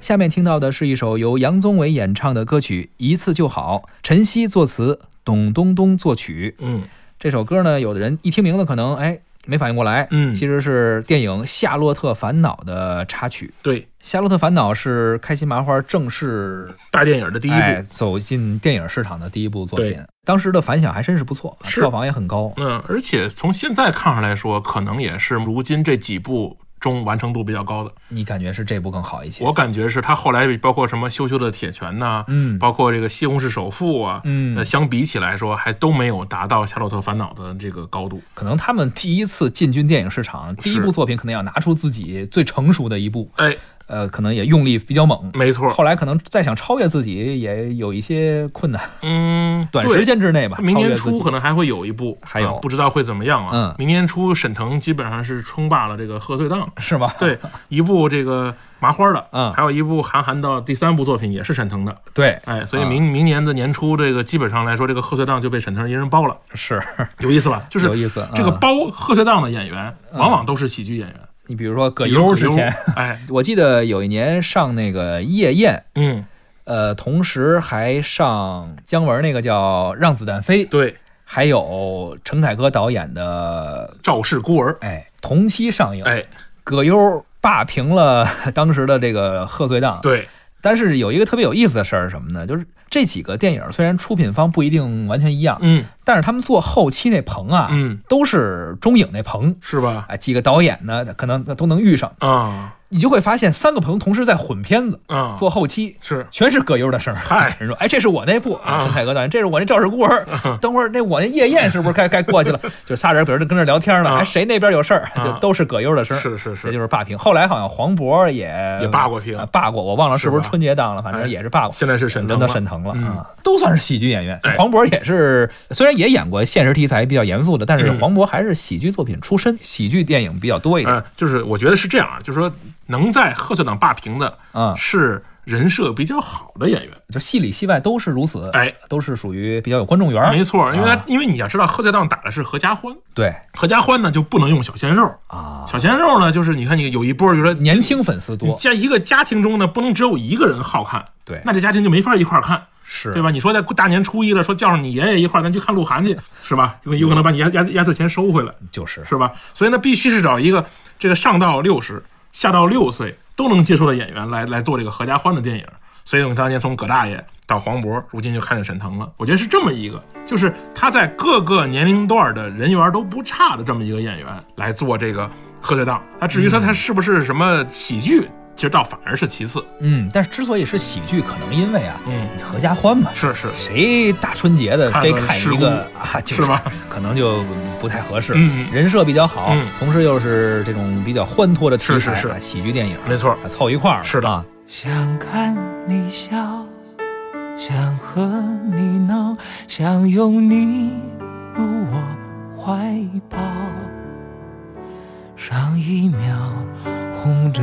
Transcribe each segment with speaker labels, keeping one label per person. Speaker 1: 下面听到的是一首由杨宗纬演唱的歌曲《一次就好》，陈曦作词，董冬冬作曲。
Speaker 2: 嗯
Speaker 1: 这首歌呢，有的人一听名字可能哎没反应过来，
Speaker 2: 嗯
Speaker 1: 其实是电影《夏洛特烦恼》的插曲。
Speaker 2: 对，
Speaker 1: 《夏洛特烦恼》是开心麻花正式
Speaker 2: 大电影的第一部，
Speaker 1: 哎走进电影市场的第一部作品
Speaker 2: 对，
Speaker 1: 当时的反响还真是不错，
Speaker 2: 是
Speaker 1: 票房也很高。
Speaker 2: 嗯，而且从现在看上来说，可能也是如今这几部中完成度比较高的。
Speaker 1: 你感觉是这部更好一些？
Speaker 2: 我感觉是他后来包括什么《羞羞的铁拳》呐，
Speaker 1: 嗯
Speaker 2: 包括这个《西红柿首富》啊，
Speaker 1: 嗯
Speaker 2: 呃，，相比起来说，还都没有达到《夏洛特烦恼》的这个高度。
Speaker 1: 可能他们第一次进军电影市场，第一部作品可能要拿出自己最成熟的一步，
Speaker 2: 哎，
Speaker 1: 呃，可能也用力比较猛。
Speaker 2: 没错，
Speaker 1: 后来可能再想超越自己，也有一些困难，
Speaker 2: 嗯，
Speaker 1: 短
Speaker 2: 对
Speaker 1: 时间之内吧。
Speaker 2: 明
Speaker 1: 超
Speaker 2: 年
Speaker 1: 越自己
Speaker 2: 初可能还会有一部，
Speaker 1: 还有
Speaker 2: 啊不知道会怎么样啊
Speaker 1: 嗯。
Speaker 2: 明年初沈腾基本上是称霸了这个贺岁档，
Speaker 1: 是 吗？
Speaker 2: 对，一部这个麻花的，
Speaker 1: 嗯
Speaker 2: 还有一部韩寒的第三部作品也是沈腾的，
Speaker 1: 对，
Speaker 2: 哎，所以
Speaker 1: 啊
Speaker 2: 明明年的年初这个基本上来说，这个贺岁档就被沈腾一人包了，
Speaker 1: 是
Speaker 2: 有意思吧？就
Speaker 1: 有
Speaker 2: 是
Speaker 1: 意思。
Speaker 2: 这个
Speaker 1: 嗯
Speaker 2: 包贺岁档的演员，往往都是喜剧演员，
Speaker 1: 你比如说葛
Speaker 2: 比如
Speaker 1: 优
Speaker 2: 葛
Speaker 1: 之前，
Speaker 2: 哎，
Speaker 1: 我记得有一年上那个《夜宴》，
Speaker 2: 嗯，
Speaker 1: 呃，同时还上姜文那个叫《让子弹飞》，
Speaker 2: 对，
Speaker 1: 还有陈凯歌导演的，
Speaker 2: 赵氏孤儿，
Speaker 1: 哎，同期上映。
Speaker 2: 哎，
Speaker 1: 葛优霸屏了 当时的这个贺岁档。
Speaker 2: 对，
Speaker 1: 但是有一个特别有意思的事儿是什么呢？就是这几个电影虽然出品方不一定完全一样，
Speaker 2: 嗯
Speaker 1: 但是他们做后期那棚啊，
Speaker 2: 嗯，
Speaker 1: 都是中影那棚。
Speaker 2: 是吧？
Speaker 1: 啊，几个导演呢，可能都能遇上，
Speaker 2: 啊
Speaker 1: 你就会发现三个棚同时在混片子，
Speaker 2: 啊，
Speaker 1: 做后期
Speaker 2: 是，
Speaker 1: 全是葛优的事儿。
Speaker 2: 嗨，
Speaker 1: 人说，哎，这是我那部
Speaker 2: 啊
Speaker 1: 啊，陈凯歌导演，这是我那赵氏孤儿， 等会儿那我那夜宴是不是该该过去了？ 就仨人，比如跟这聊天呢，
Speaker 2: 啊
Speaker 1: 哎，谁那边有事儿，
Speaker 2: 啊
Speaker 1: 就都是葛优的声儿。
Speaker 2: 是是
Speaker 1: 这
Speaker 2: 是，
Speaker 1: 就是霸屏。后来好像黄渤也
Speaker 2: 也霸过屏
Speaker 1: 啊，霸过，我忘了是不是
Speaker 2: 是吧
Speaker 1: 春节档了，反正也是霸过。
Speaker 2: 现在是沈腾
Speaker 1: 轮到
Speaker 2: 了，
Speaker 1: 沈腾了
Speaker 2: 嗯
Speaker 1: 啊，都算是喜剧演员
Speaker 2: 哎。
Speaker 1: 黄渤也是，虽然也演过现实题材比较严肃的，但是
Speaker 2: 嗯
Speaker 1: 黄渤还是喜剧作品出身，喜剧电影比较多一点
Speaker 2: 呃，就是我觉得是这样啊，就是说能在贺岁档霸屏的
Speaker 1: 啊。
Speaker 2: 是人设比较好的演员，
Speaker 1: 就戏里戏外都是如此，
Speaker 2: 哎，
Speaker 1: 都是属于比较有观众缘儿。
Speaker 2: 没错，因为他
Speaker 1: 啊
Speaker 2: 因为你要知道贺岁档打的是合家欢，
Speaker 1: 对
Speaker 2: 合家欢呢就不能用小鲜肉，
Speaker 1: 啊，
Speaker 2: 小鲜肉呢就是你看你有一波就说
Speaker 1: 年轻粉丝
Speaker 2: 你
Speaker 1: 多，
Speaker 2: 在一个家庭中呢不能只有一个人好看，
Speaker 1: 对
Speaker 2: 嗯那这家庭就没法一块儿看。
Speaker 1: 是
Speaker 2: 对吧？你说在大年初一了，说叫上你爷爷一块儿，咱去看鹿晗去，是吧？有有可能把你压压压岁钱收回来，
Speaker 1: 就是
Speaker 2: 是吧？所以呢，必须是找一个这个上到六十、下到六岁都能接受的演员来来做这个合家欢的电影。所以我们当年从葛大爷到黄渤，如今就看见沈腾了。我觉得是这么一个，就是他在各个年龄段的人缘都不差的这么一个演员来做这个贺岁档。他至于说他是不是什么喜剧，其实倒反而是其次。
Speaker 1: 嗯，但是之所以是喜剧，可能因为啊，
Speaker 2: 嗯，
Speaker 1: 你合家欢嘛，
Speaker 2: 是是，
Speaker 1: 谁大春节的
Speaker 2: 看
Speaker 1: 非
Speaker 2: 个
Speaker 1: 看
Speaker 2: 事
Speaker 1: 一
Speaker 2: 故
Speaker 1: 个 啊，就是
Speaker 2: 吧？
Speaker 1: 可能就不太合适。
Speaker 2: 嗯，
Speaker 1: 人设比较好
Speaker 2: 嗯，
Speaker 1: 同时又是这种比较欢脱的题
Speaker 2: 是
Speaker 1: 材
Speaker 2: 是是
Speaker 1: 啊，喜剧电影，
Speaker 2: 没错
Speaker 1: 啊，凑一块儿
Speaker 2: 是的
Speaker 1: 啊
Speaker 3: 想看你笑，想和你闹，想拥你入我怀抱。上一秒红着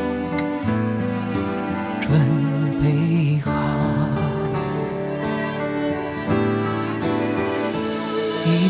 Speaker 3: 准备好。一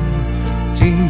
Speaker 3: 睛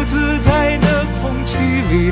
Speaker 3: 自在的空气里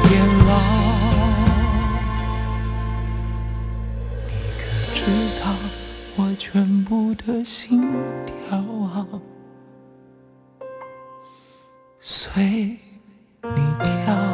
Speaker 3: 变老。知道我全部的心跳啊，随你跳。